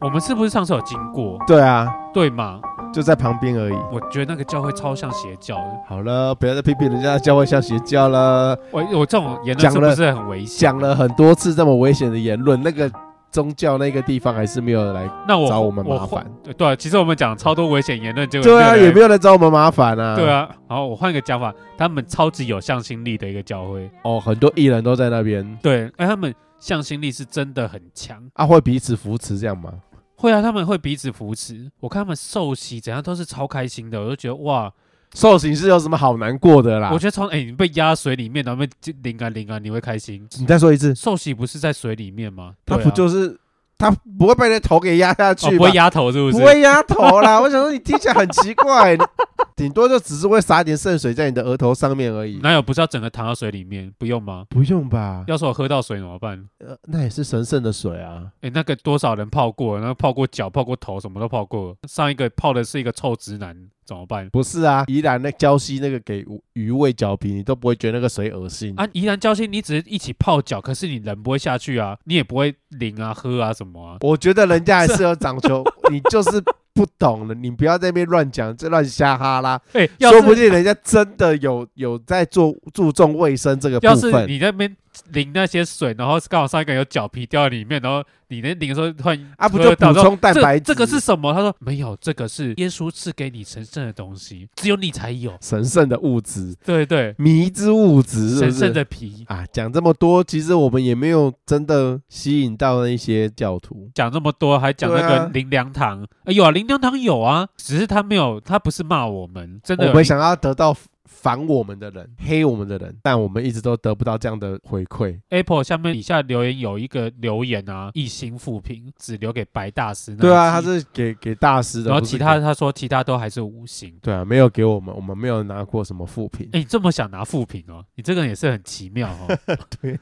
我们是不是上次有经过？对啊，对嘛？就在旁边而已。我觉得那个教会超像邪教的。好了，不要再批评人家的教会像邪教了。我我这种言论讲是不了是很危险？讲了很多次这么危险的言论，那个宗教那个地方还是没有来。那我找我们麻换烦对对啊，其实我们讲超多危险言论，结果对啊，也没有有来找我们麻烦啊。人。对，啊，然后我换一个讲法，他们超级有向心力的一个教会。哦，很多艺人都在那边对，哎，他们向心力是真的很强。啊，会彼此扶持这样吗？会啊，他们会彼此扶持。我看他们受洗怎样都是超开心的，我就觉得哇，受刑是有什么好难过的啦我？觉得从哎、你被压水里面，然后被淋啊淋啊，你会开心。你再说一次，受洗不是在水里面吗？他对不啊就是他不会被人头给压下哦去不会吗？压头是不是？不会压头啦！ 我想说你听起来很奇怪，你 顶多就只是会洒一点圣水在你的额头上面而已。哪有不是要整个躺到水里面？不用吗？不用吧？要是我喝到水怎么办？呃，那也是神圣的水啊。哎、那个多少人泡过，然后泡过脚，泡过头，什么都泡过。上一个泡的是一个臭直男，怎么办？不是啊，宜兰那礁溪那个给鱼喂脚皮，你都不会觉得那个水恶心。啊，怡然交心，你只是一起泡脚，可是你人不会下去啊，你也不会淋啊、喝啊什么啊。我觉得人家还是有 讲究，你就是不懂了，你不要在那边乱讲，这乱瞎哈啦，哎、要说是不定人家真的有有在做注重卫生这个要部是分你在那边淋那些水，然后刚好上一个人有脚皮掉在里面，然后你那淋的时候突然啊，不喝就到补说充蛋白质？这这个是什么？他说没有，这个是耶稣赐给你神圣的东西，只有你才有。神圣的物质，对对，迷之物质，是不神是圣的皮。啊，讲这么多，其实我们也没有真的吸引到那些教徒。讲这么多，还讲那对个啊林良堂，哎有啊，林良堂有啊，只是他没有，他不是骂我们，真的我有们林想要得到反我们的人、黑我们的人，但我们一直都得不到这样的回馈。 Apple 下面底下留言有一个留言啊，一星复评只留给白大师那一集，对啊，他是给给大师的，然后不是其他给他说其他都还是五星。对啊，没有给我们，我们没有拿过什么负评。哎，你这么想拿复评哦？你这个人也是很奇妙哦。 对，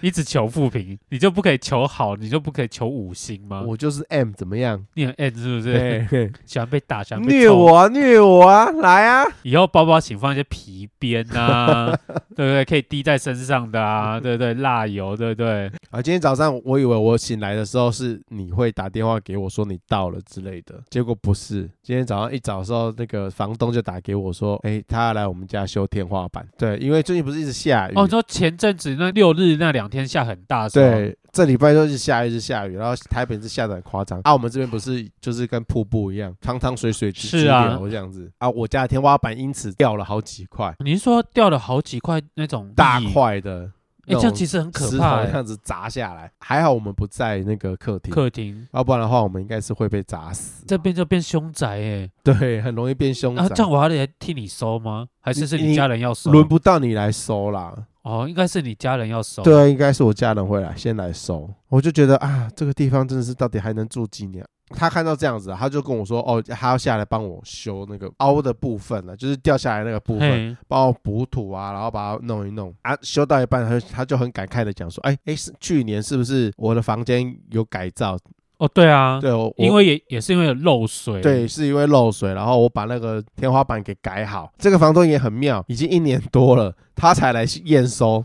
你只求复评，你就不可以求好，你就不可以求五星吗？我就是 M 怎么样？你很 N 是不是？嘿嘿 喜欢被打，喜欢被虐臭我啊，虐我啊，来啊！以后包包请放一些皮鞭 啊，对不对？可以滴在身上的啊，对不对？蜡油，对不对？啊，今天早上我以为我醒来的时候是你会打电话给我说你到了之类的，结果不是。今天早上一早的时候，那个房东就打给我说，哎、他要来我们家修天花板。对，因为最近不是一直下雨，哦，你说前阵子那六日那两天下很大，是吗，对，这礼拜都是下一直下雨，然后台北是下的很夸张啊。我们这边不是就是跟瀑布一样，汤汤水水，直直是啊流这样子啊。我家的天花板因此掉了好几块，你是说掉了好几块那种大粒块的哎，那这种样其实很可石头怕这欸。样子砸下来。还好我们不在那个客厅，客厅要不然的话我们应该是会被砸死。这边就变凶宅哎，对，很容易变凶啊，宅。这样我还得替你收吗？还是是你你家人要收？轮不到你来收啦。哦，应该是你家人要收。对啊，应该是我家人会来先来收。我就觉得啊，这个地方真的是到底还能住几年？他看到这样子啊，他就跟我说：“哦，他要下来帮我修那个凹的部分了、就是掉下来那个部分，嘿，帮我补土啊，然后把它弄一弄啊。”修到一半，他就他就很感慨的讲说：“哎哎，是去年是不是我的房间有改造？哦，对啊，对，我我因为也也是因为有漏水。对，是因为漏水，然后我把那个天花板给改好。这个房东也很妙，已经一年多了，他才来验收。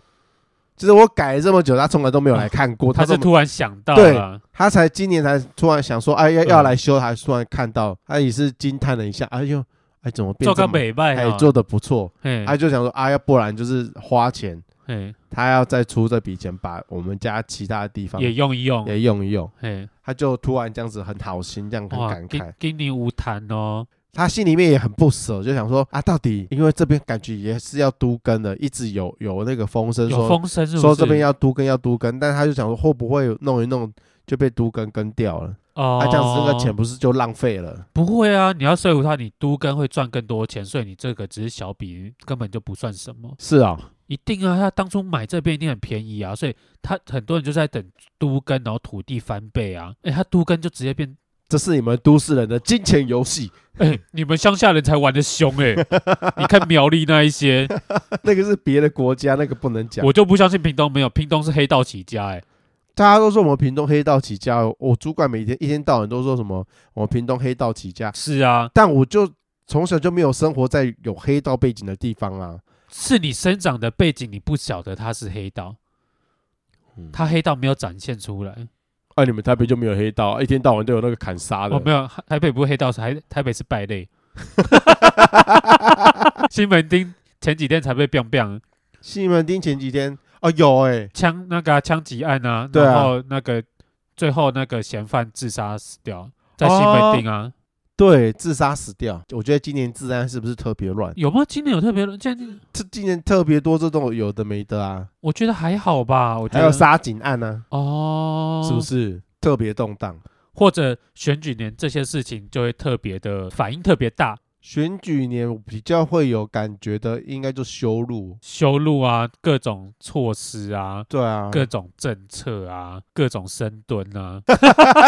就是我改了这么久，他从来都没有来看过，啊他是他都没突然想到对了。他才今年才突然想说，哎，要嗯要来修，还突然看到，他也是惊叹了一下，哎呦，哎，怎么变做这个么？美嗯拜哎啊，，做的不错，嘿，他就想说，啊，要不然就是花钱，嘿，他要再出这笔钱，把我们家其他的地方也用一用，也用一用。嘿，他就突然这样子很好心，这样很哇，感慨给。给你无谈哦，他心里面也很不舍，就想说啊，到底因为这边感觉也是要都更的，一直有有那个风声有说风声是不是说这边要都更要都更，但他就想说会不会弄一弄就被都更更掉了，哦他、，啊这样子那个钱不是就浪费了？不会啊，你要说服他，你都跟会赚更多钱，所以你这个只是小笔，根本就不算什么。是啊、一定啊，他当初买这边一定很便宜啊，所以他很多人就在等都跟，然后土地翻倍啊，哎，他都跟就直接变。这是你们都市人的金钱 游戏，哎、 你们乡下人才玩的凶哎、你看苗栗那一 些，那个是别的国家，那个不能讲。我就不相信屏东没有，屏东是黑道起家哎、大家都说我们屏东黑道起家，我主管每天一天到晚都说什么我们屏东黑道起家，是啊，但我就从小就没有生活在有黑道背景的地方啊。是你生长的背景，你不晓得他是黑道，嗯他黑道没有展现出来。哎、你们台北就没有黑道，一天到晚都有那个砍杀的。哦，没有，台北不是黑道，台台北是败类。西门町前几天才被 biang biang 西门町前几天哦有哎、枪那个啊枪击案啊，对啊然后那个最后那个嫌犯自杀死掉，在西门町哦啊，对，自杀死掉。我觉得今年治安是不是特别乱？有吗？今年有特别多，今年这今年特别多这种有的没的啊，我觉得还好吧，我觉还得有杀警案呢、哦，是不？是特别动荡？或者选举年这些事情就会特别的反应特别大，选举年我比较会有感觉的，应该就修路。修路啊，各种措施啊，对啊，各种政策啊，各种深蹲啊，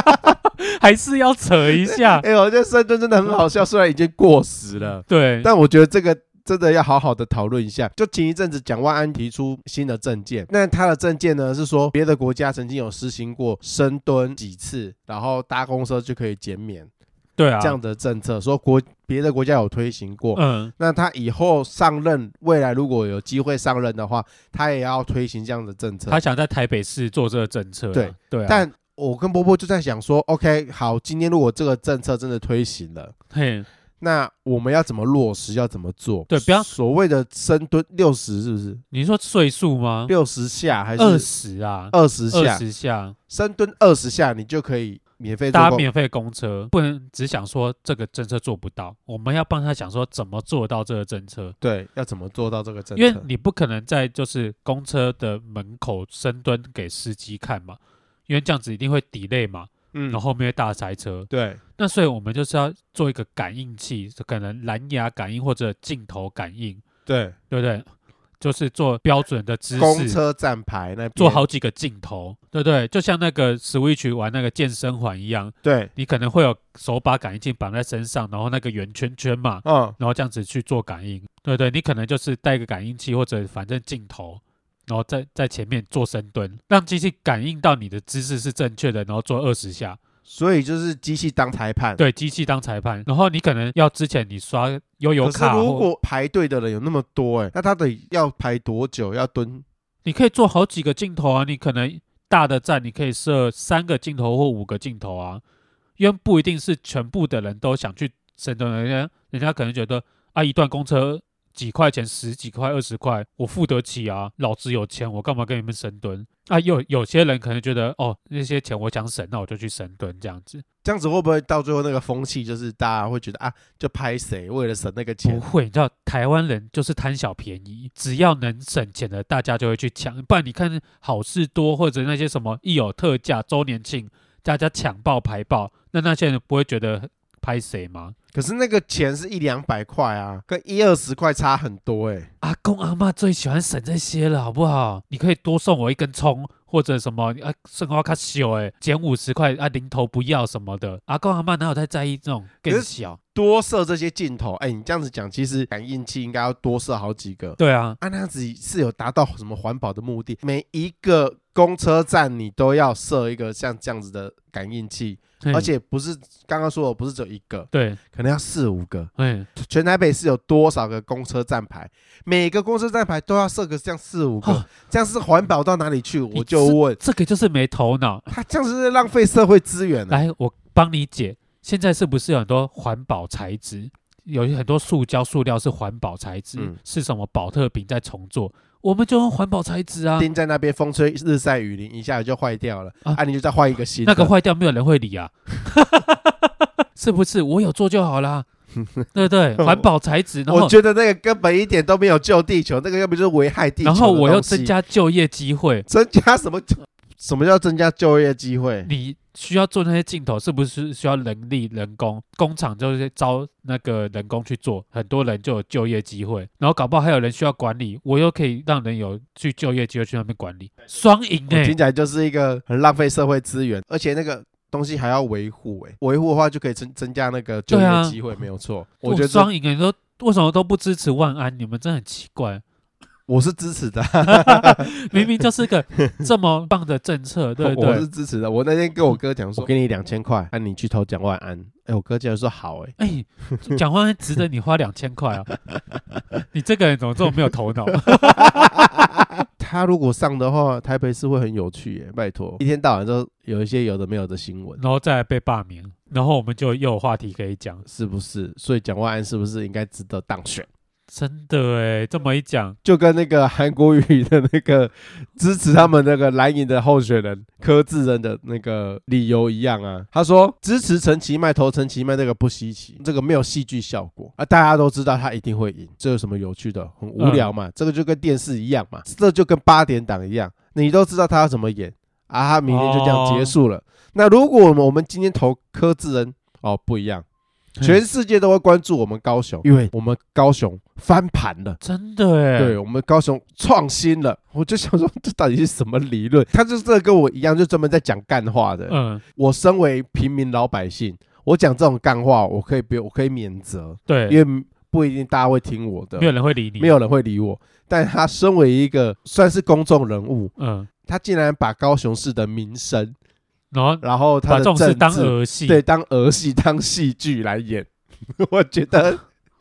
还是要扯一 下。哎、我觉得深蹲真的很 好笑，虽然已经过时了，对，但我觉得这个真的要好好的讨论一下。就前一阵子，蒋万安提出新的政见，那他的政见呢是说，别的国家曾经有实行过深蹲几次，然后搭公车就可以减免对啊，这样的政策，说国别的国家有推行过。嗯，那他以后上任，未来如果有机会上任的话，他也要推行这样的政策。他想在台北市做这个政策啊、对对啊，但我跟波波就在想说，OK，好，今天如果这个政策真的推行了，嘿，那我们要怎么落实，要怎么做？对不要所谓的深蹲六十是不是？你说岁数吗？六十下还嗯二是十啊，二十二下？十下，深蹲二十下，你就可以免费做搭工。免费公车，不能只想说这个政策做不到，我们要帮他想说怎么做到这个政策。对，要怎么做到这个政因为策？你不可能在就是公车的门口深蹲给司机看嘛，因为这样子一定会 delay 嘛，嗯然后后面会大塞车。对，那所以我们就是要做一个感应器，可能蓝牙感应或者镜头感应，对，对不对？就是做标准的姿公势，车站牌那边做好几个镜头，对不对？就像那个 Switch 玩那个健身环一样，对，你可能会有手把感应器绑在身上，然后那个圆圈圈嘛，嗯，然后这样子去做感应，对不对？你可能就是带一个感应器或者反正镜头，然后在在前面做深蹲，让机器感应到你的姿势是正确的，然后做二十下。所以就是机器当裁判。对，机器当裁判，然后你可能要之前你刷悠游可是卡或，如果排队的人有那么多、欸，哎，那他得要排多久？要蹲？你可以做好几个镜头啊，你可能大的站你可以设三个镜头或五个镜头啊，因为不一定是全部的人都想去深蹲，人家人家可能觉得啊，一段公车几块钱，十几块、二十块，我付得起啊，老子有钱，我干嘛跟你们深蹲？啊，有有些人可能觉得哦，那些钱我想省，那我就去深蹲这样子，这样子会不会到最后那个风气就是大家会觉得啊，就拍谁为了省那个不钱？会，你知道台湾人就是贪小便宜，只要能省钱的，大家就会去抢。不然你看好事多或者那些什么一有特价、周年庆，大家抢爆排爆，那那些人不会觉得拍谁吗？可是那个钱是一两百块啊，跟一二十块差很多哎、欸。阿公阿妈最喜欢省这些了，好不好？你可以多送我一根葱，或者什么啊，剩花卡小哎，减五十块啊，零头不要什么的。阿公阿妈哪有在在意这种更可是小？多设这些镜头，哎、你这样子讲，其实感应器应该要多设好几个。对啊，啊，那样子是有达到什么环保的目的？每一个公车站你都要设一个像这样子的感应器，啊嘿而且不是刚刚说的，不是只有一个，对，可能要四五个。嗯，全台北是有多少个公车站牌？每个公车站牌都要设个这样四五个哈，这样是环保到哪里去？哦你我就问这个就是没头脑。他，这样子是浪费社会资源啊了。来，我帮你解。现在是不是有很多环保材质？有很多塑胶、塑料是环保材质，嗯是什么保特瓶在重做？我们就用环保材质啊，钉在那边，风吹日晒雨淋，一下就坏掉了。啊啊，你就再换一个新的。那个坏掉没有人会理啊， 是不是？我有做就好啦，对不对？环保材质，然 我后觉得那个根本一点都没有救地球，那个要不就是危害地球。然后我又增，加就业机会， 增加什么？什么叫增加就业机会？你需要做那些镜头，是不是需要人力、人工？工厂就是招那个人工去做，很多人就有就业机会。然后搞不好还有人需要管理，我又可以让人有去就业机会去那边管理， 双赢我哎、听起来就是一个很浪费社会资源，而且那个东西还要维护，哎，维护的话就可以增增加那个就对啊业机会，没有错。我欸我觉得这 双赢哎、你说为什么都不支持万安？你们真的很奇怪。我是支持的，明明就是 个这么棒的政策， 对不我对是？支持的。我那天跟我哥讲说，我给你两千块，那、啊你去投蒋万安。哎、我哥竟然说好、哎，哎，蒋万安值得你花两千块 啊！你这个人怎么这么没有头脑？ 他如果上的话，台北市会很有趣、哎，拜托，一天到晚都有一些有的没有的新闻，然后再来被罢免，然后我们就又有话题可以讲。是不是？所以蒋万安是不是应该值得当选？真的哎，这么一讲，就跟那个韩国瑜的那个支持他们那个蓝营的候选人柯志恩的那个理由一样啊。他说支持陈其迈投陈其迈那个不稀奇，这个没有戏剧效果啊，大家都知道他一定会赢，这有什么有趣的？很无聊嘛，这个就跟电视一样嘛，这就跟八点档一样，你都知道他要怎么演啊，他明天就这样结束了。那如果我们我们今天投柯志恩，哦，不一样。嗯全世界都会关注我们高雄，因为我们高雄翻盘了。真的哎，对我们高雄创新了，我就想说这到底是什么 理论？他就是这个跟我一样，就专门在讲干话的。嗯，我身为平民老百姓，我讲这种干话，我可以不用，我可以免责，对，因为不一定大家会听我的没，有人会理你，没，有人会理我。但他身为一个算是公众人物，嗯，他竟然把高雄市的民生，然后然后他把这的种事政当治，儿戏，对，当儿戏、当戏剧来演， 我觉得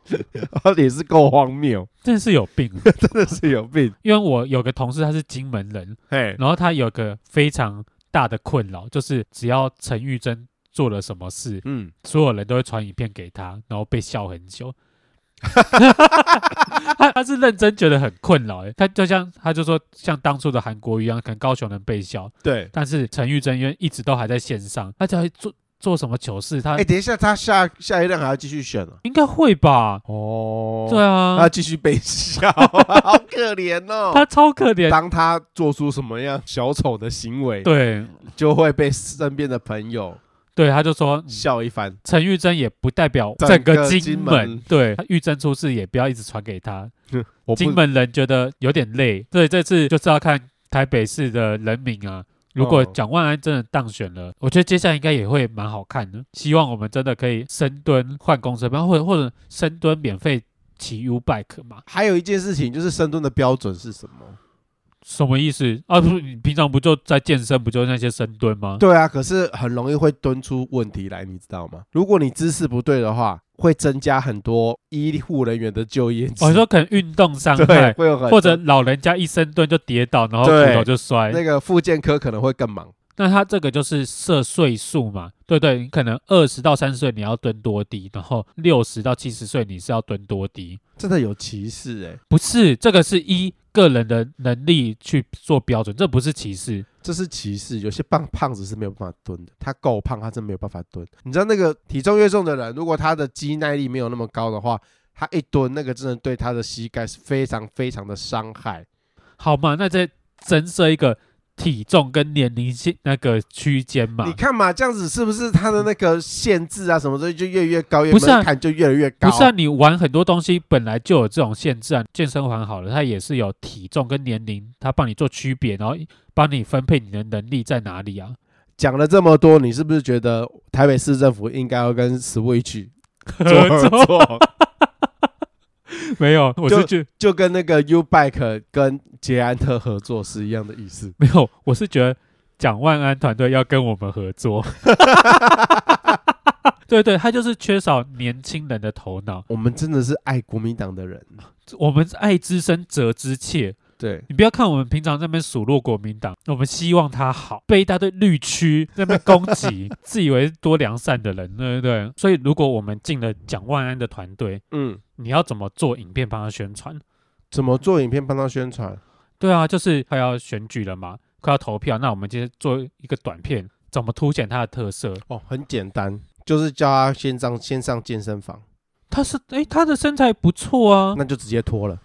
也是够荒谬，真的是有病 啊。真的是有病。因为我有个同事他是金门人，嘿，然后他有个非常大的困扰，就是只要陈玉珍做了什么事，嗯。所有人都会传影片给他，然后被笑很久。 他他是认真觉得很困扰，欸他就像他就说像当初的韩国瑜一样，可能高雄人被笑，对，但是陈玉珍因为一直都还在线上，他只要做做什么糗事，他哎、等一下，他下下一任还要继续选啊？应该会吧？哦对，啊，他继续被笑， 好可怜哦。他超可怜，当他做出什么样小丑的行为，对就会被身边的朋友对，他就说嗯笑一番。陈玉珍也不代表整整个个金门，金门对，他玉珍出事也不要一直传给他。我不金门人觉得有点累，所以这次就是要看台北市的人民啊。如果哦蒋万安真的当选了，我觉得接下来应该也会蛮好看的。希望我们真的可以深蹲换公车票，或者或者深蹲免费骑 U bike 嘛？还有一件事情就是深蹲的标准是什么？什么意思啊？不是你平常不就在健身，不就那些深蹲吗？对啊，可是很容易会蹲出问题来，你知道吗？如果你姿势不对的话，会增加很多医护人员的就业。我、哦、你说可能运动伤对，害，会有很或者老人家一深蹲就跌倒，然后对骨头就摔，那个复健科可能会更忙。那它这个就是设岁数嘛，对对，你可能二十到三十岁你要蹲多低，然后六十到七十岁你是要蹲多低，真的有歧视哎、不是这个是依个人的能力去做标准，这不是歧视。这是歧视。有些胖胖子是没有办法蹲的，他够胖，他真没有办法蹲。你知道那个体重越重的人，如果他的肌耐力没有那么高的话，他一蹲那个真的对他的膝盖是非常非常的伤害。好嘛，那再增设一个体重跟年龄线那个区间嘛你，看嘛，这样子是不是他的那个限制啊，什么东西就越来越高，越不是啊门槛就越来越高？不是啊，你玩很多东西本来就有这种限制啊，健身环好了，它也是有体重跟年龄，它帮你做区别，然后帮你分配你的能力在哪里啊。讲了这么多，你是不是觉得台北市政府应该要跟 Switch 做合合作 作，没有，我是觉就跟那个 U Bike 跟捷安特合作是一样的意思？没有，我是觉得蒋万安团队要跟我们合作。对对，他就是缺少年轻人的头脑。我们真的是爱国民党的人，我们爱之深，责之切。对，你不要看我们平常在那边数落国民党，我们希望他好，被一大堆绿区在那边攻击，自以为是多良善的人，对不对？ 所以，如果我们进了蒋万安的团队，嗯。你要怎么做影片帮他宣传？怎么做影片帮他宣传？对啊，就是快要选举了嘛，快要投票，那我们今天做一个短片，怎么凸显他的特色？哦，很简单，就是叫他先上先上健身房，他是诶，他的身材不错啊，那就直接脱了。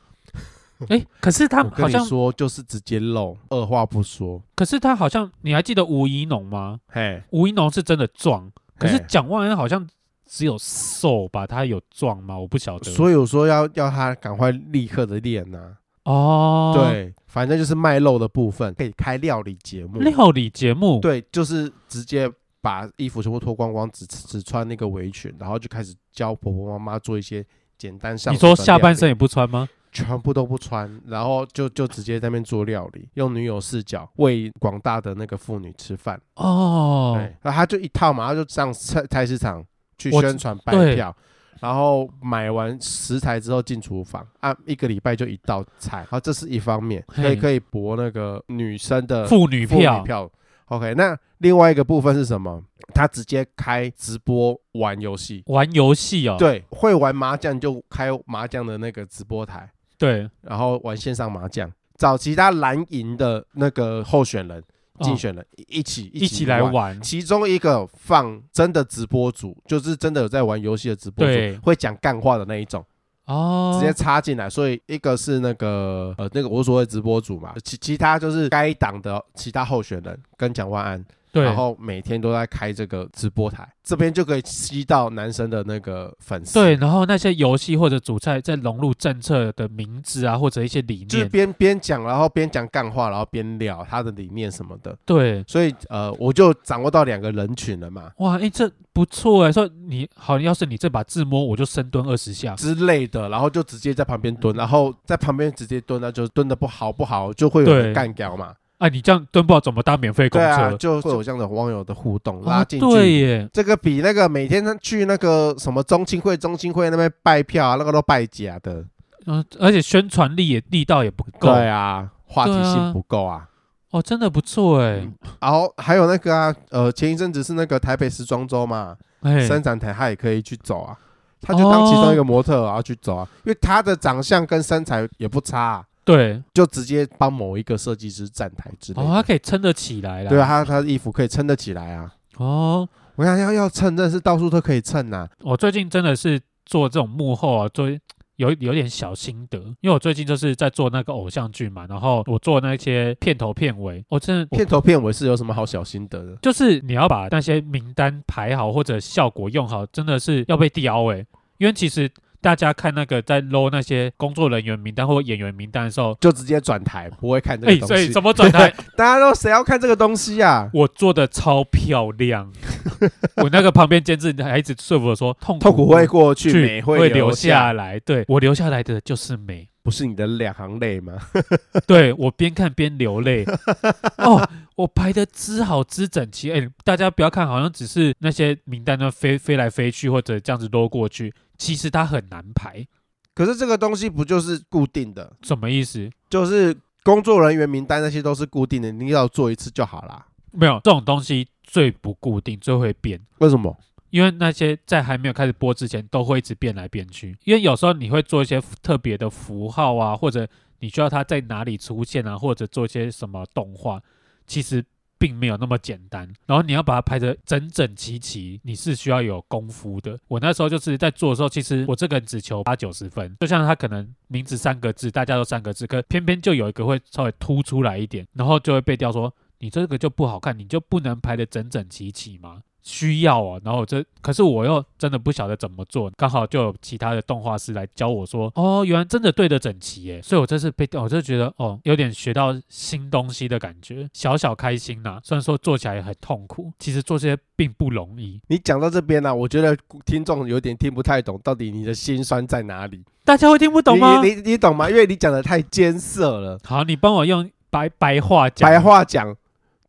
诶，可是他我好跟你像，说，就是直接露，二话不说。可是他好像，你还记得吴怡农吗？嘿，吴怡农是真的壮，可是嘿蒋万安好像只有瘦吧，他有壮吗？我不晓得。以所以我说要要他赶快立刻的练呐、哦，，对，反正就是卖肉的部分可以开料理节目。料理节目，对，就是直接把衣服全部脱光光，只只穿那个围裙，然后就开始教婆婆妈妈做一些简单上。你说下半身也不穿吗？全部都不穿，然后就就直接在那边做料理，用女友视角喂广大的那个妇女吃饭。哦，对，然后他就一套嘛，他就上菜菜市场去我宣知传对卖票，然后买完食材之后进厨房，啊，一个礼拜就一道菜，好，这是一方面，可嘿以可以博那个女生的妇女呃妇女票，票。OK，那另外一个部分是什么？他直接开直播玩游戏，玩游戏哦，对，会玩麻将就开麻将的那个直播台，对，然后玩线上麻将，找其他蓝营的那个候选人、哦竞选人一一起一起来玩。玩，其中一个放真的直播主，就是真的有在玩游戏的直播对主，会讲干话的那一种，哦，直接插进来。所以一个是那个呃那个我所谓直播主嘛，其其他就是该党的其他候选人跟蒋万安，对，然后每天都在开这个直播台，这边就可以吸到男生的那个粉丝。对，，然后那些游戏或者主菜再融入政策的名字啊，或者一些理就是念，边边讲，然后边讲干话，然后边聊他的理念什么的。对，所以呃，我就掌握到两个人群了嘛哇，哎，这不错哎，说你好，要是你这把自摸，我就深蹲二十下，之类的，然后就直接在旁边嗯蹲，然后在旁边直接蹲，那就蹲的不好不好，就会有对人干掉嘛。啊，你这样蹲不好怎么搭免费公对啊，车？就会有这样的网友的互动，啊拉近距对离。耶，这个比那个每天去那个什么中青会、中青会那边拜票啊，那个都拜假的。嗯，而且宣传力也力道也不够，对啊，话题对啊性不够啊。哦，真的不错哎，然后还有那个啊，呃，前一阵子是那个台北时装周嘛，哎，伸展台他也可以去走啊，他就当其中一个模特然后去走啊，因为他的长相跟身材也不差、啊，对，就直接帮某一个设计师站台之类哦，的。它可以撑得起来啦，对啊，，他他的衣服可以撑得起来啊。哦，我想要要衬，真的是到处都可以啊衬呐、我最近真的是做这种幕后啊，做有有点小心得，因为我最近就是在做那个偶像剧嘛，然后我做那些片头片尾，我真的我片头片尾是有什么好小心得的？就是你要把那些名单排好或者效果用好，真的是要被雕诶、因为其实大家看那个在 low 那些工作人员名单或演员名单的时候，就直接转台，不会看这哎、个所东以西。怎么转台？大家都谁要看这个东西啊？我做的超漂 亮，我那个旁边监制还一直说服我说，痛苦痛苦会过去，美会留留下，来，对我留下来的就是美。不是你的两行泪吗？对我边看边流 泪。哦，我排的之好之整齐，哎，大家不要看好像只是那些名单呢飞飞来飞去或者这样子搂过去，其实它很难排。可是这个东西不就是固定的？什么意思？就是工作人员名单那些都是固定的，你要做一次就好啦。没有这种东西最不固定，最会变。为什么？因为那些在还没有开始播之前，都会一直变来变去。因为有时候你会做一些特别的符号啊，或者你需要它在哪里出现啊，或者做一些什么动画，其实并没有那么简单。然后你要把它拍得整整齐齐，你是需要有功夫的。我那时候就是在做的时候，其实我这个人只求八九十分，就像他可能名字三个字，大家都三个字，可偏偏就有一个会稍微突出来一点，然后就会被调说你这个就不好看，你就不能排得整整齐齐吗？需要啊，然后我这可是我又真的不晓得怎么做，刚好就有其他的动画师来教我说，哦，原来真的对得整齐耶，所以我这次被我就觉得哦，有点学到新东西的感觉，小小开心呐、虽然说做起来很痛苦，其实做这些并不容易。你讲到这边呢、我觉得听众有点听不太懂，到底你的心酸在哪里？大家会听不懂吗？你你你懂吗？因为你讲的太艰涩了。好，你帮我用白白话讲，白话讲，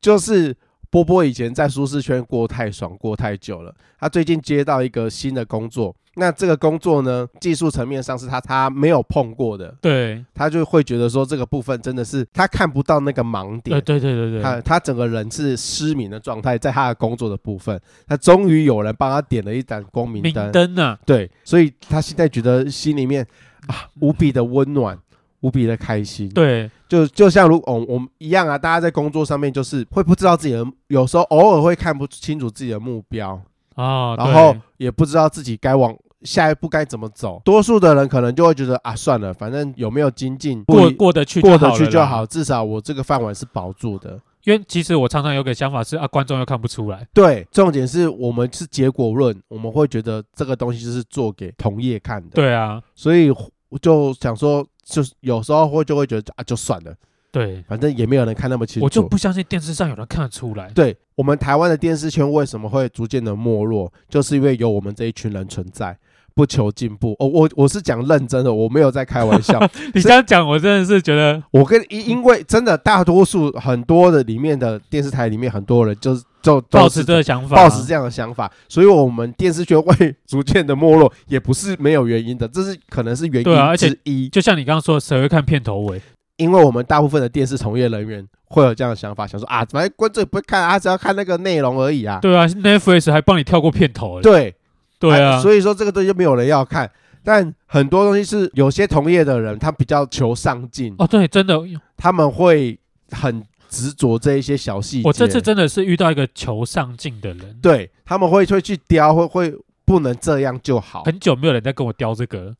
就是波波以前在舒适圈过太爽，过太久了。他最近接到一个新的工作，那这个工作呢，技术层面上是他他没有碰过的，对，他就会觉得说这个部分真的是他看不到那个盲对点。对对对对他对，他整个人是失明的状态，在他的工作的部分，他终于有人帮他点了一盏光明明灯，灯呐、对，所以他现在觉得心里面啊无比的温暖，无比的开心。对就就像如我我们一样啊，大家在工作上面就是会不知道自己的，有时候偶尔会看不清楚自己的目标，哦，然后也不知道自己该往下一步该怎么走。多数的人可能就会觉得啊，算了，反正有没有精进，对过不一过得去过好得了去就啦好，至少我这个饭碗是保住的。因为其实我常常有个想法是啊，观众又看不出来。对，重点是我们是结果论，我们会觉得这个东西就是做给同业看的，，对啊，所以我就想说，就是有时候会就会觉得啊，就算了，对，反正也没有人看那么清楚，我就不相信电视上有人看得出来。对我们台湾的电视圈为什么会逐渐的没落，就是因为有我们这一群人存在，不求进步。哦，我我是讲认真的，我没有在开 玩笑。 你这样讲，我真的是觉得我跟因因为真的大多数很多的里面的电视台里面很多人就是就抱都持是这个想法，抱持这样的想法，所以我们电视圈会逐渐的没落，也不是没有原因的，这是可能是原对啊而因且之一。就像你刚刚说，谁会看片头尾？因为我们大部分的电视从业人员会有这样的想法，想说啊，反正观众也不会看啊，只要看那个内容而已啊。对啊，Netflix 还帮你跳过片头嘞。对对啊，所以说这个东西就没有人要看。但很多东西是有些同业的人，他比较求上进，哦，对，真的，他们会很执着这一些小细节。我这次真的是遇到一个求上进的人，对他们会会去雕，会会不能这样就好。很久没有人在跟我雕这个了。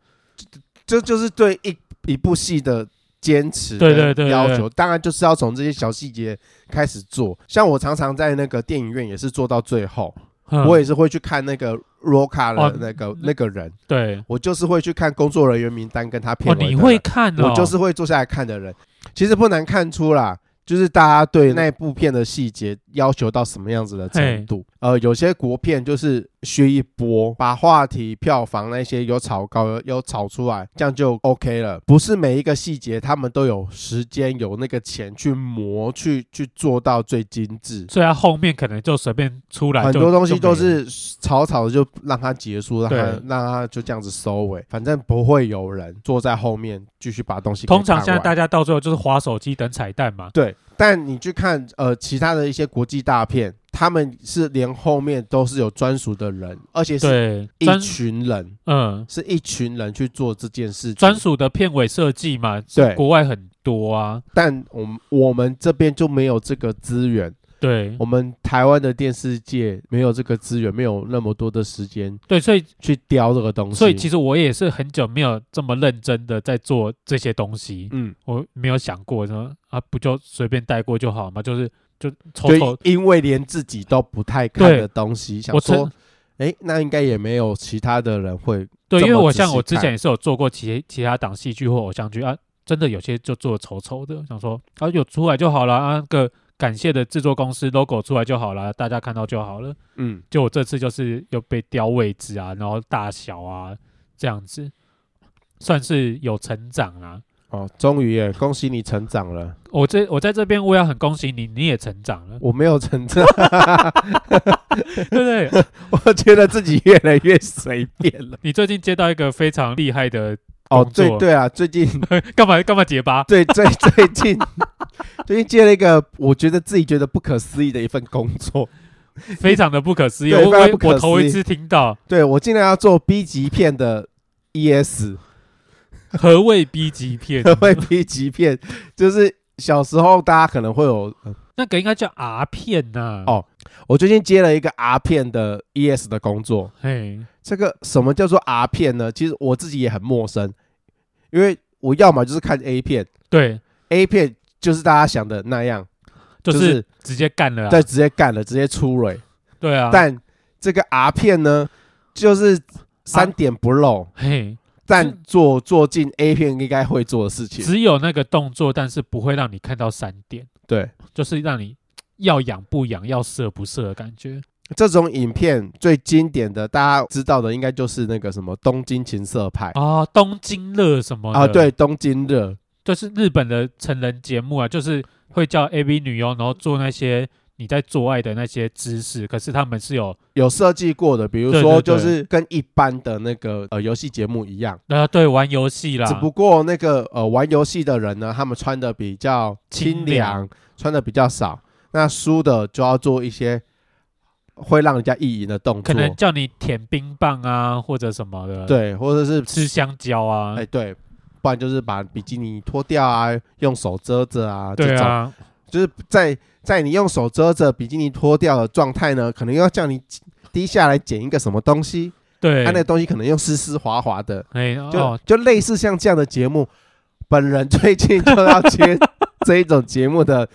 这就是对一一部戏的坚持，对对对对要对求，当然就是要从这些小细节开始做。像我常常在那个电影院也是做到最后，嗯我也是会去看那个 Roca 哦的那个、那个人，对我就是会去看工作人员名单跟他哦，片尾的你人会看哦，我就是会坐下来看的人。其实不难看出啦，就是大家对那部片的细节要求到什么样子的程度。呃，有些国片就是削一波，把话题、票房那些有炒高、有有炒出来，这样就 OK 了。不是每一个细节他们都有时间、有那个钱去磨、去去做到最精致。所以他后面可能就随便出来就，很多东西啊就都没了是草草的就让它结束，让它对让它就这样子收尾，反正不会有人坐在后面继续把东西给通常看现在完大家到最后就是划手机等彩蛋嘛。对，但你去看呃其他的一些国际大片，他们是连后面都是有专属的人，而且是对，专一群人，嗯是一群人去做这件事情。专，属的片尾设计嘛，对国外很多啊。但我们我们这边就没有这个资源，对我们台湾的电视界没有这个资源，没有那么多的时间对，所以去雕这个东西。所以其实我也是很久没有这么认真的在做这些东西，嗯，我没有想过说啊，不就随便带过就好嘛，就是就抽抽就。因为连自己都不太看对的东西，想我说曾，哎、那应该也没有其他的人会对，因这为么我仔像细我之前看也是有做过其其他档戏剧或偶像剧啊，真的有些就做得丑丑的，想说啊有出来就好了啊，那个感谢的制作公司 logo 出来就好了，大家看到就好了。嗯。就我这次就是又被雕位置啊，然后大小啊这样子，算是有成长啊。哦，终于耶！恭喜你成长了。，我这我在这边我也很恭喜你，你也成长了我没有成长，对不 对？我觉得自己越来越随便了。你最近接到一个非常厉害的，哦工，作对对啊，最近 干嘛干嘛结巴？最最最近 最近接了一个我觉得自己觉得不可思议的一份工作。 非常的不可思议，对我非常我不可我头思一议次听到，对我竟然要做 B 级片的 E ES，何谓 B 级片？ 会 B 级片就是小时候大家可能会有，呃那个应该叫 R 片呐、哦我最近接了一个 R 片的 ES 的工作。嘿，这个什么叫做 R 片呢？其实我自己也很陌生，因为我要么就是看 A 片对， ，A 片就是大家想的那样，就是直接干了、啊。对，直接干了，直接出蕊。对啊，但这个 R 片呢，就是三点不漏，嘿，但做做进 A 片应该会做的事情。只有那个动作，但是不会让你看到三点，对，就是让你要痒不痒，要射不射的感觉。这种影片最经典的，大家知道的应该就是那个什么《东京情色派》啊，东京热什么的哎啊，对，，《东京热》。就是日本的成人节目啊，就是会叫 AV 女优，然后做那些你在做爱的那些姿势，可是他们是有有设计过的，比如对说对对就是跟一般的那个呃游戏节目一样，呃对玩游戏啦只，不过那个呃玩游戏的人呢，他们穿的比较清清凉凉，穿的比较少，那输的就要做一些会让人家意淫的动可作，能叫你舔冰棒啊或者什么的，，对，或者是吃香蕉啊，哎、对，不然就是把比基尼脱掉啊，用手遮着啊，对这种啊，就是在在你用手遮着比基尼脱掉的状态呢，可能又要叫你低下来捡一个什么东西，对它、，啊那个东西可能又湿湿滑滑的，哎就、哦，就类似像这样的节目，本人最近就要 接这一种节目的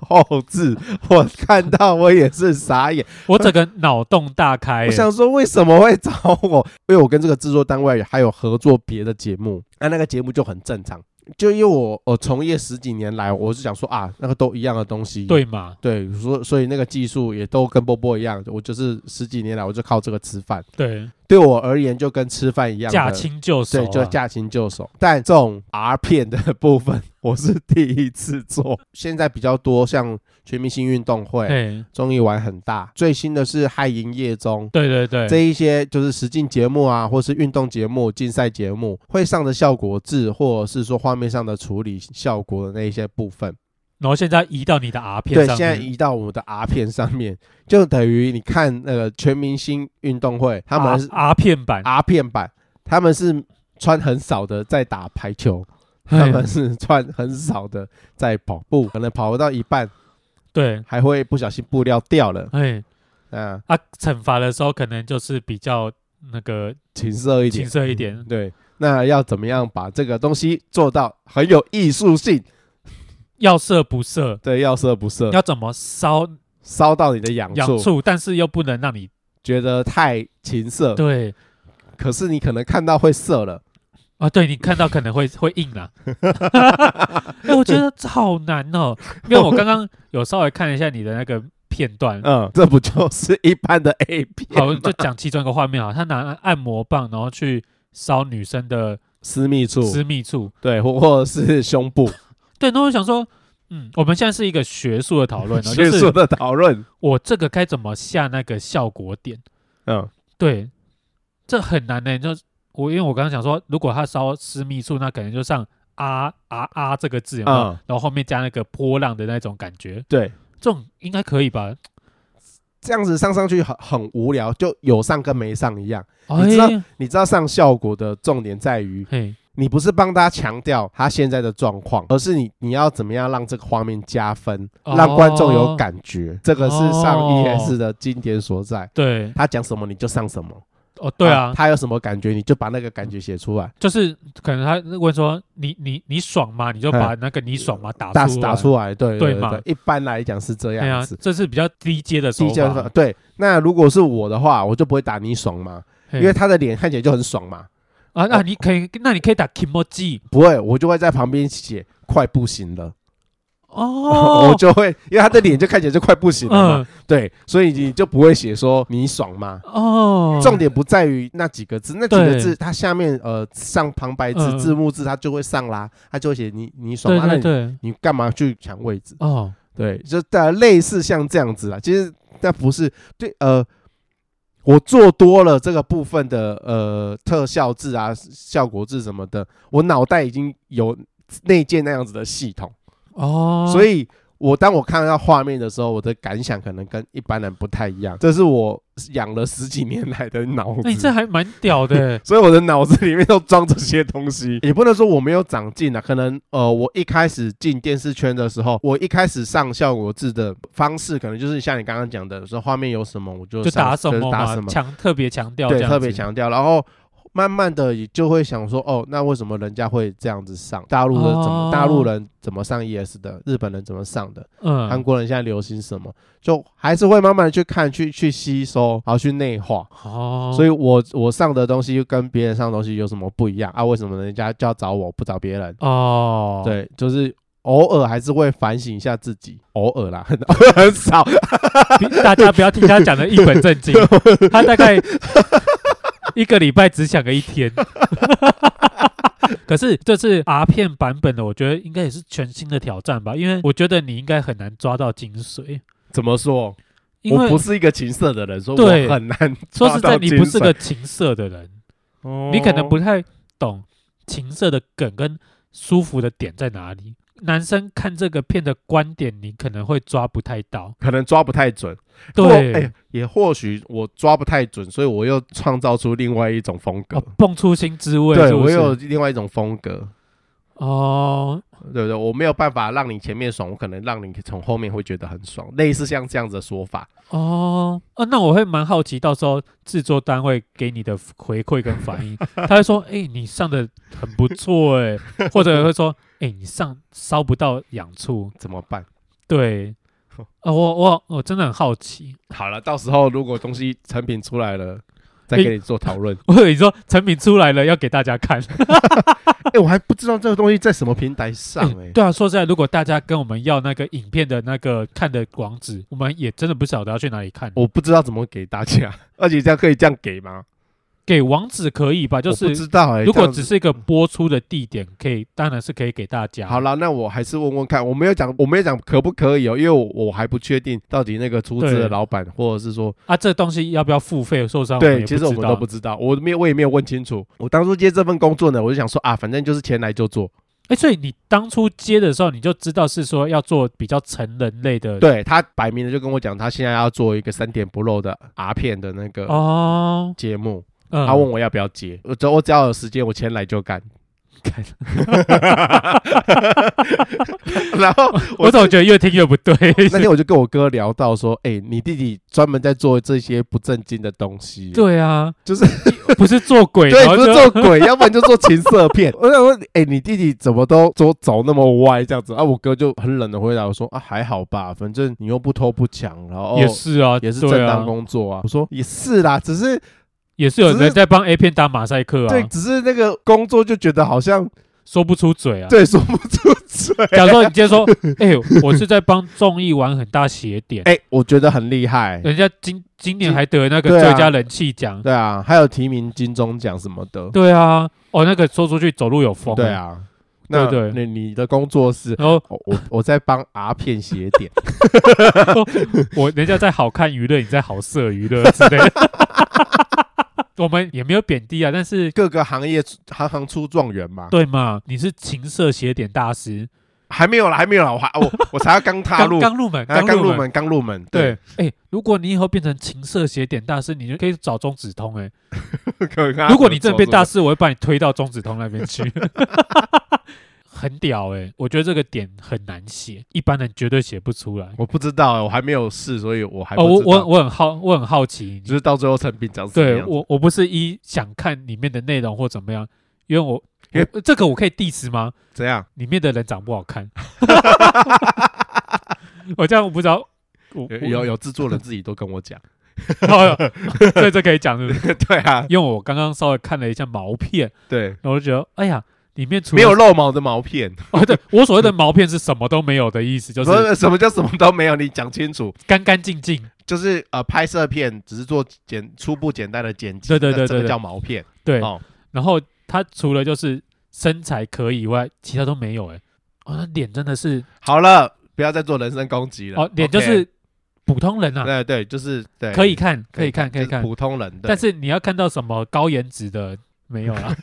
后置，我看到我也是傻眼，我整个脑洞大开我耶，想说为什么会找我？因为我跟这个制作单位还有合作别的节目，那、那个节目就很正常。就因为我我从业十几年来，我是想说啊，那个都一样的东西，对嘛？对，所所以那个技术也都跟波波一样，我就是十几年来我就靠这个吃饭。对，对我而言就跟吃饭一样的，驾轻就熟啊，对，就驾轻就熟。但这种 R 片的部分，我是第一次做。现在比较多，像全明星运动会、嘿，综艺玩很大，最新的是嗨营业中。对对对，这一些就是实境节目啊，或是运动节目、竞赛节目会上的效果字，或者是说画面上的处理效果的那一些部分。然后现在移到你的 R 片对，上现在面，移到我们的 R 片上面，就等于你看那个全明星运动会，他们是啊 R 啊片版， R 片版，他们是穿很少的在打排球，嘿他们是穿很少的在跑步， 可能跑到一半对，还会不小心布料掉了，哎啊，啊，惩罚的时候可能就是比较那个情色一点，嗯青涩一点，对。那要怎么样把这个东西做到很有艺术性？要射不射，对，要色不色，嗯要怎么烧烧到你的痒痒处，处，但是又不能让你觉得太情色，对可是你可能看到会色了。啊，对你看到可能会会硬 啦。哎，我觉得这好难哦，因为我刚刚有稍微看了一下你的那个片段，嗯， 这不就是一般的 A 片好，就讲其中一个画面啊，他拿按摩棒然后去烧女生的私密处，私密处，对，或或者是胸部对，那我想说。嗯，我们现在是一个学术的 讨论哦，就学术是的讨论。我这个该怎么下那个效果点。嗯，对，这很难呢、就我因为我刚刚想说，如果他烧私密处，那可能就上啊啊啊这个字有没有嗯然后后面加那个波浪的那种感觉，对，这种应该可以吧？这样子上上去很很无聊，就有上跟没上一样。哎知道你知道上效果的重点在于，嘿，你不是帮大家强调他现在的状况，而是你你要怎么样让这个画面加分，哦让观众有感觉。这个是上哦 ES 的经典所在。对，他讲什么你就上什么，哦，对啊，他有什么感觉你就把那个感觉写出来，就是可能他问说你你你爽吗？你就把那个你爽吗打嗯打出打来，出来，对对对嘛对，一般来讲是这对啊样子，。这是比较低阶的手第一件法，对，那如果是我的话，我就不会打你爽嘛，因因为他的脸看起来就很爽嘛，啊，那你可以，那你可以打 kimoji 不会，我就会在旁边写快不行了，哦 我，就会，因为他的脸就看起来就快不行了嘛，嗯对，所以你就不会写说你爽吗？哦，重点不在于那几个字，那几个对字它下面呃上旁白字、嗯字幕字，它就会上啦，它就会写你你爽对吗？对那对，你你干嘛去抢位置？哦，对，就呃类似像这样子啦。其实那不是对呃，我做多了这个部分的呃特效字啊、效果字什么的，我脑袋已经有内建那样子的系统，哦，所以我当我看到画面的时候，我的感想可能跟一般人不太一样。这是我养了十几年来的脑那你这子。，还蛮屌的欸 所以我的脑子里面都装这些东西， 也不能说我没有长进啊。可能呃，我一开始进电视圈的时候，我一开始上效果字的方式，可能就是像你刚刚讲的，说画面有什么我就就上打什就么是打嘛什，么，强特别强调这对，样特别子，强调。然后慢慢的也就会想说，哦，那为什么人家会这样子上？大陆的怎么，哦大陆人怎么上 ES 的？日本人怎么上的？嗯，韩国人现在流行什么？就还是会慢慢的去看、去去吸收，然后去内化。哦，所以以我我上的东西跟别人上的东西有什么不一样啊？为什么人家就要找我不找别人？哦，，对，就是偶尔还是会反省一下自己，偶尔啦， 很很少。大家不要听他讲的一本正 经，他大概一个礼拜只想个一天。 可是这次 R 片版本的，我觉得应该也是全新的挑战吧，因为我觉得你应该很难抓到精髓，怎么说？因我为不是一个情色的人，所以对我很难说抓实到在，你精不是髓个，情色的人，你可哦能不太懂情色的梗跟舒服的点在哪里。男生看这个片的观点，你可能会抓不太到。可能抓不太准。或对，哎、也或许我抓不太准，所以我又创造出另外一种风格。哦，蹦出新滋味对是不我是有另外一种风格。哦，对不对？我没有办法让你前面爽，我可能让你从后面会觉得很爽，类似像这样子的说法。哦，啊，那我会蛮好奇，到时候制作单位给你的回馈跟反应，他会说，哎、你上的很不错，哎，或者会说，哎、你上烧不到痒处，怎么办？对，哦啊，我我我真的很好奇， 好了，到时候如果东西成品出来了，再给你做讨论。我以为你说成品出来了要给大家看，哎、我还不知道这个东西在什么平台上哎、欸对啊，说实在，如果大家跟我们要那个影片的那个看的网址，我们也真的不晓得要去哪里看。我不知道怎么给大家，而且这样可以这样给吗？给网址可以吧？就我不是知道哎、如这果样子只是一个播出的地点，可以当然是可以给大家。好了，那我还是问问看，我没有讲，我没有讲可不可以哦，因为我我还不确定到底那个出资对的老板或者是说啊，这东西要不要付费？受伤对，其实我们们都不知道。知道，我没有我也没有问清楚。我当初接这份工作呢，我就想说啊，反正就是钱来就做。哎，所以你当初接的时候，你就知道是说要做比较成人类的。对他摆明了就跟我讲，他现在要做一个三点不漏的 R 片的那个哦，节目，嗯他啊问我要不要接，我只我只要有时间，我钱来 就干。干然后我我总觉得越听越不对。那天我就跟我哥聊到说，哎、你弟弟专门在做这些不正经的东西， 对啊， 就是不是做鬼，对，然后不是就做鬼， 要不然就做情色 片。我想问，哎、你弟弟怎么都走走那么歪这样子啊？我哥就很冷的回答我说啊，还好吧，反正你又不偷不抢，然后、哦也是啊，也是对正当啊，工作啊。我说也是啦，只是也是有只人是在帮 A 片打马赛克对啊，，只是那个工作就觉得好像说不出嘴啊。对说不出 嘴。假如说你今天说，哎，我是在帮综艺玩很大斜 点，哎、我觉得很厉害。人家今今年今还得那个对啊最佳人气奖。对啊，还有提名金钟奖什么的。对啊，哦，那个说出去走路有风。对，啊，那对那你的工作是？然后哦我我在帮 R 片写 点，我人家在好看娱乐，你在好色娱乐之类的。 我们也没有贬低啊，但是各个行业行行出状元嘛。对嘛，你是情色写点大师，还没有啦，还没有啦，我还我我才要刚踏刚入，刚入门，啊刚入门。门，刚入门，对，，哎，如果你以后变成情色写点大师，你就可以找中指通哎。 可以看他如果你真怎么的变大做，师，我会把你推到中指通那边 去。很屌哎、我觉得这个点很难写，一般人绝对写不出来。我不知道，我还没有试，所以我还哦，我不知道我我很好，我很好奇，就是到最后成品长什么对样子。我我不是一想看里面的内容或怎么样，因为我因为我这个我可以 diss 吗？怎样？里面的人长不好 看，我这样我不知道，我哦有有有制作人自己都跟我讲， 有，对这可以讲是不是？ 对啊，因为我刚刚稍微看了一下毛片， 对，然后我就觉得哎呀，里面除了没有漏毛的毛片， 哦，对我所谓的毛片是什么都没有的意思，就不是是什么叫什么都没有，你讲清楚，干干净净。就是呃，拍摄片只是做简初步简单的剪辑，对对那对这个对对叫毛片对，哦，然后他除了就是身材可以以外，其他都没有哎、哦，那脸真的是好了，不要再做人身攻击了，哦，脸就啊 OK 是普通人啊，对对，就是对，可以看，可以看，可以就是看。普通人，对但是你要看到什么高颜值的没有 啦？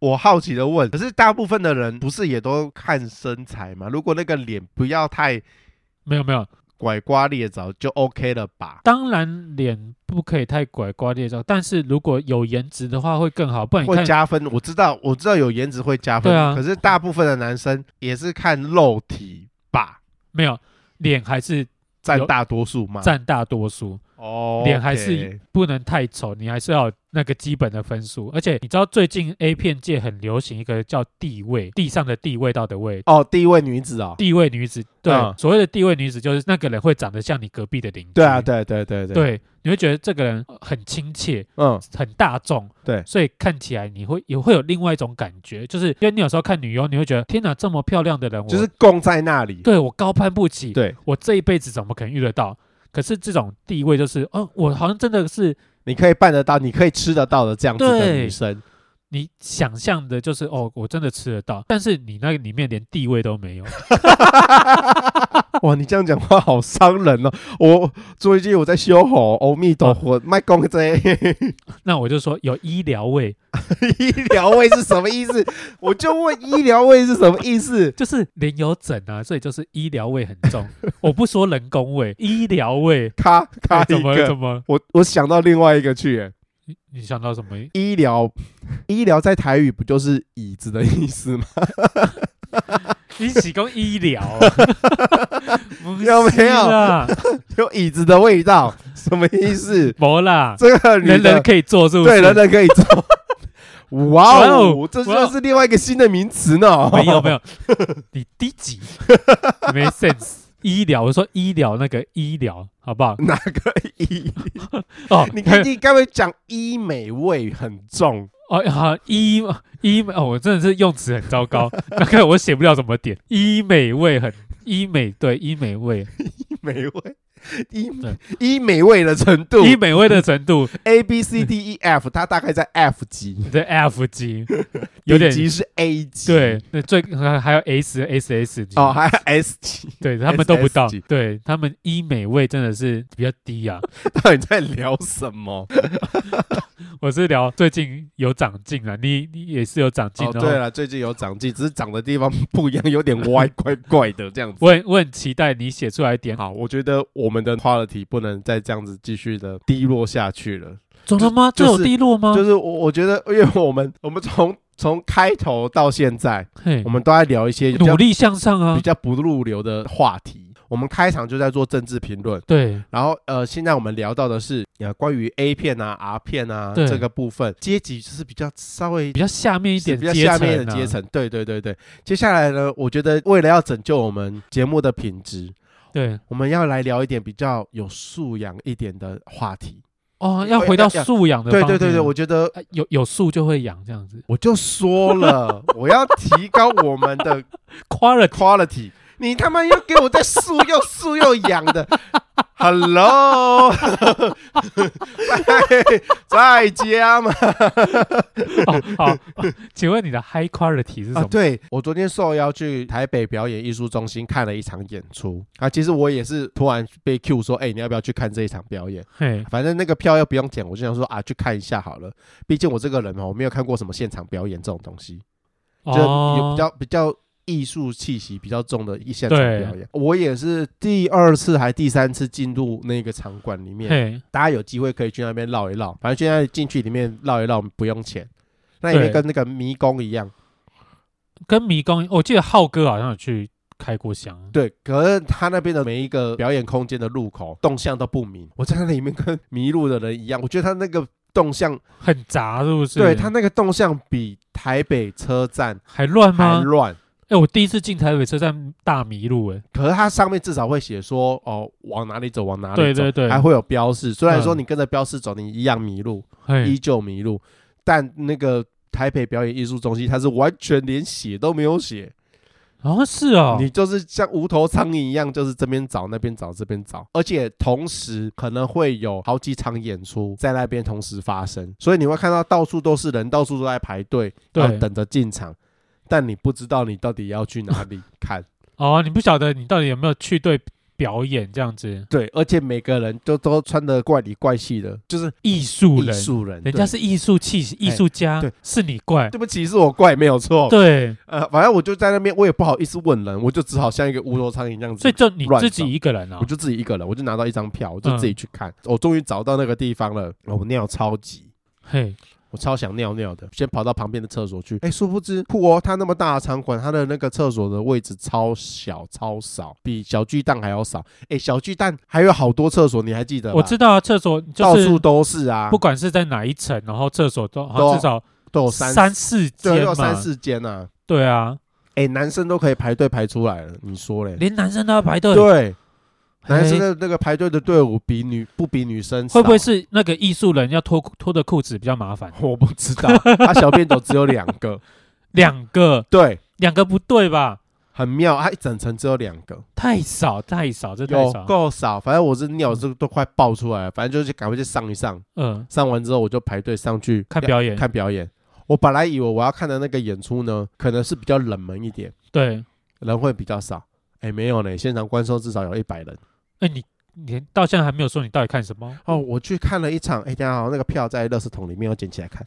我好奇的问，可是大部分的人不是也都看身材吗？如果那个脸不要太没有没有，拐瓜裂枣，就 OK 了吧？当然脸不可以太拐瓜裂枣，但是如果有颜值的话会更好，不然你会看加分，我知道，我知道有颜值会加分，对啊可是大部分的男生也是看肉体吧，没有脸还是占有大多数嘛。占大多数。哦，脸还 OK 是不能太丑，你还是要有那个基本的分数。而且你知道最近 A 片界很流行一个叫地位，地上的地位道的位，哦，第一位女子哦，地位女子。对，嗯所谓的地位女子就是那个人会长得像你隔壁的邻居。对啊，对对对对，对你会觉得这个人很亲切，嗯，很大众，对所以看起来你会也会有另外一种感觉，就是因为你有时候看女优，你会觉得天哪，这么漂亮的人，我就是供在那里，对我高攀不起，对我这一辈子怎么可能遇得到？可是这种地位就是，哦，我好像真的是你可以办得到，你可以吃得到的这样子的对女生，你想象的，就是哦，我真的吃得到，但是你那个里面连地位都没有，哇，你这样讲话好伤人哦！我最近我在修吼，阿弥啊陀佛，卖公这 那我就说有医疗位，医疗位是什么意思？我就问医疗位是什么意思？就是脸有整啊，所以就是医疗位很重。我不说人工位，医疗 位，咔咔哎怎一么个，怎么？我我想到另外一个去耶，你你想到什么？医疗，医疗在台语不就是椅子的意思吗？ 你喜功医疗、啊 不有没有是啦？有椅子的味道，什么意思？没啦，这个女的人人可以做，是不是？对人人可以做。哇哇哦哦，这哇就哦是另外一个新的名词呢。没有没有，你低级，没 sense。医疗，我说医疗那个医疗，好 不好？ 哪个医？哦， 你你刚才讲医美味很重，哦，好医医美哦，我真的是用词很糟糕，那个我写不了什么点。医美味很医美，对医美味，医美味一对一美味的程度以美味的程度 A B C D E F，它大概在 F 级，你的 F 级有点顶级是 A 级，对，那最还还有 S S S 级哦，还有 S 级，对他们都不到 SS 级，对他们医美味真的是比较低啊。到底在聊什么？我是聊最近有长进啊，你你也是有长进哦，然对后了，最近有长进，只是长的地方不一样，有点歪，怪怪的这样子。我很我很期待你写出来一点。好，我觉得我们的 quality 不能再这样子继续的低落下去了。怎么了吗？这就有是低落吗？就是我我觉得，因为我们 我们从从开头到现在，嘿我，们都在聊一些比较努力向上啊比。较不入流的话题。我们开场就在做政治评论，对然后呃，现在我们聊到的是呃关于 A 片啊、R 片啊对这个部分，阶级就是比较稍微比较下面一点比较阶下层面的阶啊，层，对对对对。接下来呢，我觉得为了要拯救我们节目的品质，对我们要来聊一点比较有素养一点的话题。哦，要要回到要素养的对方面。对对对，我觉得啊有有素就会养这样子我就说了，我要提高我们的，quality quality。你他妈要给我在素又素又养的，Hello，在家吗？哦好， 请问你的 high quality 是什啊，么？对我昨天受邀去台北表演艺术中心看了一场演出啊，其实我也是突然被 Q 说，哎、你要不要去看这一场表演？嘿，反正那个票又不用钱，我就想说啊，去看一下好了。毕竟我这个人哦嘛，我没有看过什么现场表演这种东西，就有哦比较比较艺术气息比较重的一现场对表演。我也是第二次还第三次进入那个场馆里面，嘿，大家有机会可以去那边绕一绕。反正现在进去里面绕一绕不用钱，那里面对跟那个迷宫一样。跟迷宫，我记得浩哥好像有去开过箱。对，可是他那边的每一个表演空间的入口嗯动向都不明，我在那里面跟迷路的人一样，我觉得他那个动向，很杂，是不是？对他那个动向比台北车站还乱还吗？乱。哎、我第一次进台北车站大迷路、哎，可是它上面至少会写说，哦，往哪里走，往哪里走，对对对还会有标示。虽然说嗯你跟着标示走，你一样迷路，依嘿，旧迷路，但那个台北表演艺术中心它是完全连写都没有写，哦，是哦，你就是像无头苍蝇一样，就是这边找那边找这边找，而且同时可能会有好几场演出在那边同时发生，所以你会看到到处都是人，到处都在排队，对然后等着进场，但你不知道你到底要去哪里 看。哦，你不晓得你到底有没有去对表演这样子，对，而且每个人都都穿的怪里怪气的，就是艺术艺人，术人，人家对是艺术气息，艺术家，对是你怪，对不起，是我怪没有错。对，呃，反正我就在那边，我也不好意思问人，我就只好像一个无头苍蝇这样子所以就你乱自找己一个人啊我，就自己一个人，我就拿到一张票，我嗯就自己去看。我终于找到那个地方了，哦我尿超级，嘿，我超想尿尿的，先跑到旁边的厕所去。哎，殊不知酷哦，它那么大的场馆，它的那个厕所的位置超小超少，比小巨蛋还要少。哎，小巨蛋还有好多厕所，你还记得吧？我知道啊，厕所就到处是都是啊不，管是在哪一层，然后厕所都好都像至少都有三三四对，间有三嘛，四间啊。对啊，哎，男生都可以排队排出来了，你说嘞？连男生都要排队，对，啊男嘿生的那个排队的队伍比女不比女生少会不会是那个艺术人要脱脱的裤子比较麻烦？ 我不知 道，他啊小便斗只有两个，两个，对，两个不对吧？很妙，啊他一整层只有两个，太少，太少，这太有少。够少。反正我是尿这个都快爆出来了，反正就是赶快去上一上，嗯，上完之后我就排队上去看表演，看表演。我本来以为我要看的那个演出呢，可能是比较冷门一点，对。人会比较少。哎，没有呢，现场观众至少有一百人。哎，你你到现在还没有说你到底看什么？哦，我去看了一场，哎，等一下、哦、那个票在垃圾桶里面，我捡起来看。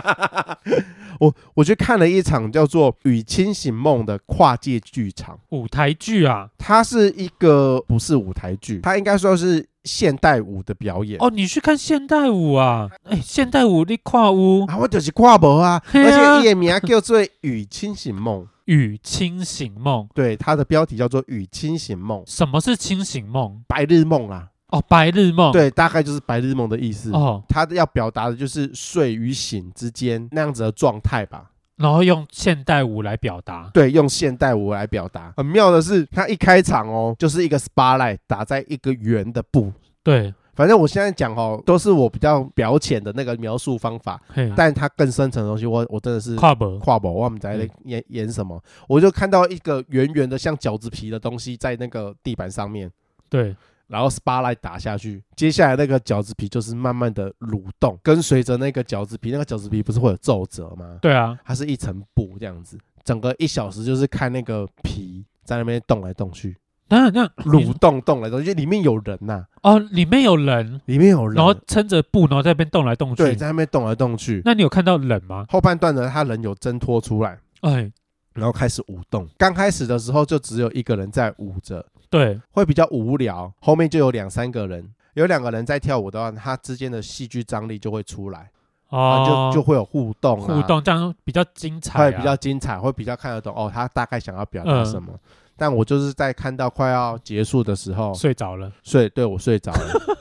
我我去看了一场叫做《与清醒梦》的跨界剧场。舞台剧啊？它是一个不是舞台剧，它应该说是现代舞的表演。哦，你去看现代舞啊？哎，现代舞你跨舞啊，我就是跨博 啊，嘿而啊且夜名叫做《与清醒梦》，与清醒梦，对，它的标题叫做《与清醒梦》，什么是清醒梦？白日梦啦，哦，白日梦。对，大概就是白日梦的意思。哦，它要表达的就是睡与醒之间那样子的状态吧。然后用现代舞来表达。对，用现代舞来表达。很妙的是，它一开场哦，就是一个 spotlight 打在一个圆的布。对，反正我现在讲哦，都是我比较表浅的那个描述方法。嘿，但它更深层的东西，我我真的是嗯跨步。跨博，我们在嗯演演什么？我就看到一个圆圆的像饺子皮的东西在那个地板上面，对，然后 spotlight 打下去，接下来那个饺子皮就是慢慢的蠕动，跟随着那个饺子皮，那个饺子皮不是会有皱褶吗？对啊，它是一层布这样子，整个一小时就是看那个皮在那边动来动去，那那蠕动动来动去，就里面有人呐、哦，里面有人，里面有人，然后撑着布，然后在那边动来动对，去。在那边动来动去。那你有看到人吗？后半段呢，他人有挣脱出来，哎，然后开始舞动。刚开始的时候就只有一个人在舞着，对，会比较无聊。后面就有两三个人，有两个人在跳舞的话，它之间的戏剧张力就会出来，啊、哦，就就会有互动、啊互，动，这样比较精彩会啊，嗯比较精彩，会比较看得懂哦，他大概想要表达什么。但我就是在看到快要结束的时候睡着了。睡，对我睡着了，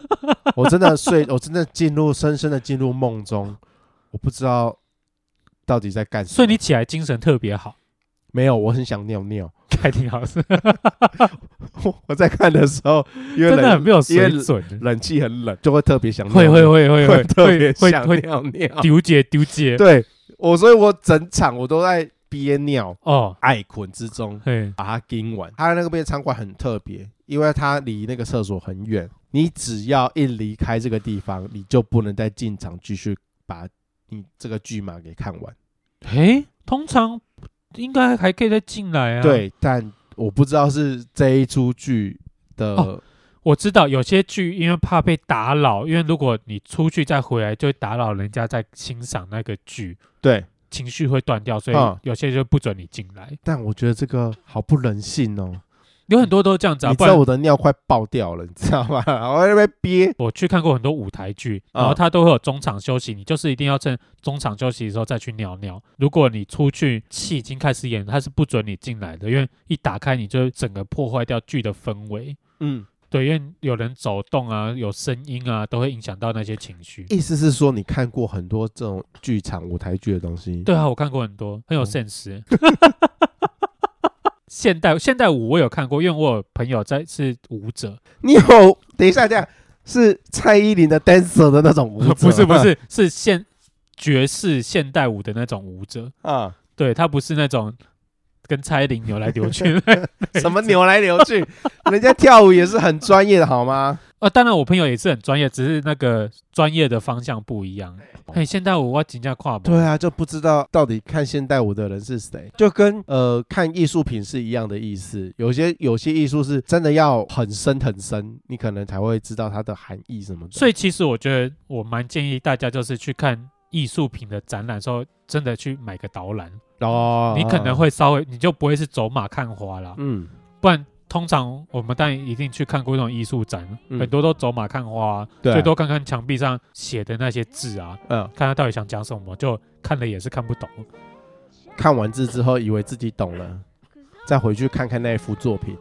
我真的睡，我真的进入深深的进入梦中，我不知道到底在干什么。所以你起来精神特别好，没有，我很想尿尿。 还挺好，是我在看的时候，因为真的很冷没有水因为准。冷气很冷，就会特别想尿会尿会会会会特别会想会会尿尿。丢解丢解。对我，所以我整场我都在憋尿，哦，爱捆之中嘿，把它盯完。它那个边餐馆很特别，因为它离那个厕所很远，你只要一离开这个地方，你就不能再进场继续把你这个剧码给看完。嘿，通常应该还可以再进来啊。，对，但我不知道是这一出剧的、哦我知道有些剧因为怕被打扰，因为如果你出去再回来，就会打扰人家在欣赏那个剧，对，情绪会断掉，所嗯以有些就不准你进来。但我觉得这个好不人性哦。有很多都这样子啊，你不知道然我的尿快爆掉了，你知道吗？ 我在那边憋，我去看过很多舞台剧，嗯然后它都会有中场休息，你就是一定要趁中场休息的时候再去尿尿。如果你出去戏已经开始演，它是不准你进来的，因为一打开你就整个破坏掉剧的氛围。嗯，对，因为有人走动啊，有声音啊，都会影响到那些情绪。意思是说你看过很多这种剧场舞台剧的东西，对啊，我看过很多，很有嗯 sense。现代现代舞我有看过，因为我有朋友在是舞者，你有？等一下，这样是蔡依林的 dancer 的那种 舞者吗，不是不是是现爵士现代舞的那种舞者，啊？对他不是那种跟蔡依林扭 来扭去什么扭来扭去？ 人家跳舞也是很专业的，好吗？啊。当然，我朋友也是很专业，只是那个专业的方向不一样。嘿，现代舞我真正跨步，对啊，就不知道到底看现代舞的人是谁，就跟呃看艺术品是一样的意思。有些有些艺术是真的要很深很深，你可能才会知道它的含义什么的。所以其实我觉得我蛮建议大家就是去看艺术品的展览的时候，真的去买个导览，哦，你可能会稍微你就不会是走马看花啦，嗯。不然。通常我们当然一定去看过那种艺术展，嗯很多都走马看花、啊，对啊最多看看墙壁上写的那些字啊，嗯，看他到底想讲什么，就看了也是看不懂。看完字之后以为自己懂了，再回去看看那一幅 作品，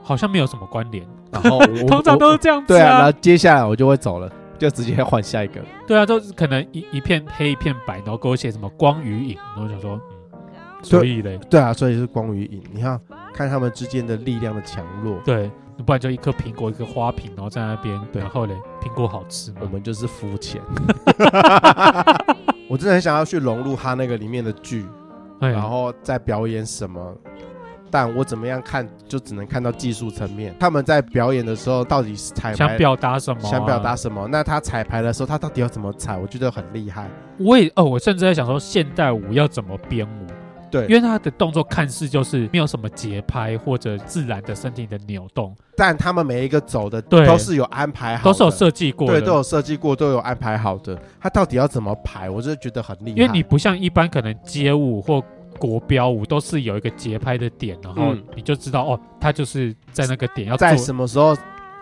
好像没有什么关联，然后我通常都我是这样子对啊，然后啊，接下来我就会走了，就直接换下一个。对啊，都是可能一一片黑一片白，然后给我写什么光与影，然后想说，嗯，所以嘞，对啊，所以是光与影， 你看看他们之间的力量的强弱，对，不然就一颗苹果一个花瓶，然后在那边，对然后嘞，苹果好吃吗我？们就是 肤浅。我真的很想要去融入他那个里面的剧，哎然后再表演什么。但我怎么样看，就只能看到技术层面。他们在表演的时候，到底是彩想排表达什么啊？想表达什么？那他彩排的时候，他到底要怎么彩？我觉得很厉害。我也哦，我甚至在想说，现代舞要怎么编舞？对因为它的动作看似就是没有什么节拍或者自然的身体的扭动，但他们每一个走的对都是有安排好都的，是有设计过的，对，都有设计过，都有安排好的。他到底要怎么排？我就觉得很厉害。因为你不像一般可能街舞或国标舞都是有一个节拍的点，然后嗯你就知道、哦，他就是在那个点要做在。什么时候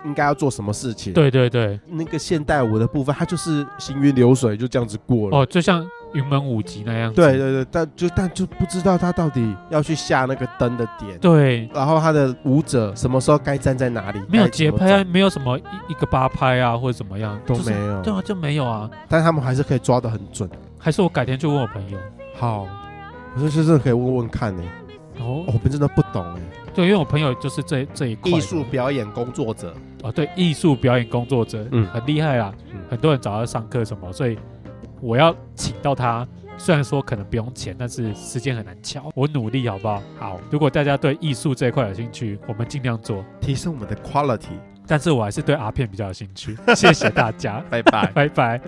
应该要做什么事情？，对对对，那个现代舞的部分，它就是行云流水，就这样子过了。哦，就像云门舞集那样子。对对对，但就但就不知道他到底要去下那个灯的点，对，然后他的舞者什么时候该站在哪里，没有该怎节么拍啊，走没有什么一一个八拍啊，或者怎么样，都就是没有对啊，就没有啊。但他们还是可以抓得很准。还是我改天去问我朋友。好，我说就是可以问问看呢、欸哦哦，我们真的不懂哎、对，因为我朋友就是这这一块的艺术表演工作者，哦，对，艺术表演工作者，嗯很厉害啦，嗯很多人找他上课什么，所以我要请到他虽然说可能不用钱，但是时间很难敲。我努力好不好？好，如果大家对艺术这一块有兴趣，我们尽量做。提升我们的 quality。 但是我还是对阿片比较有兴趣。谢谢大家，拜拜。拜拜。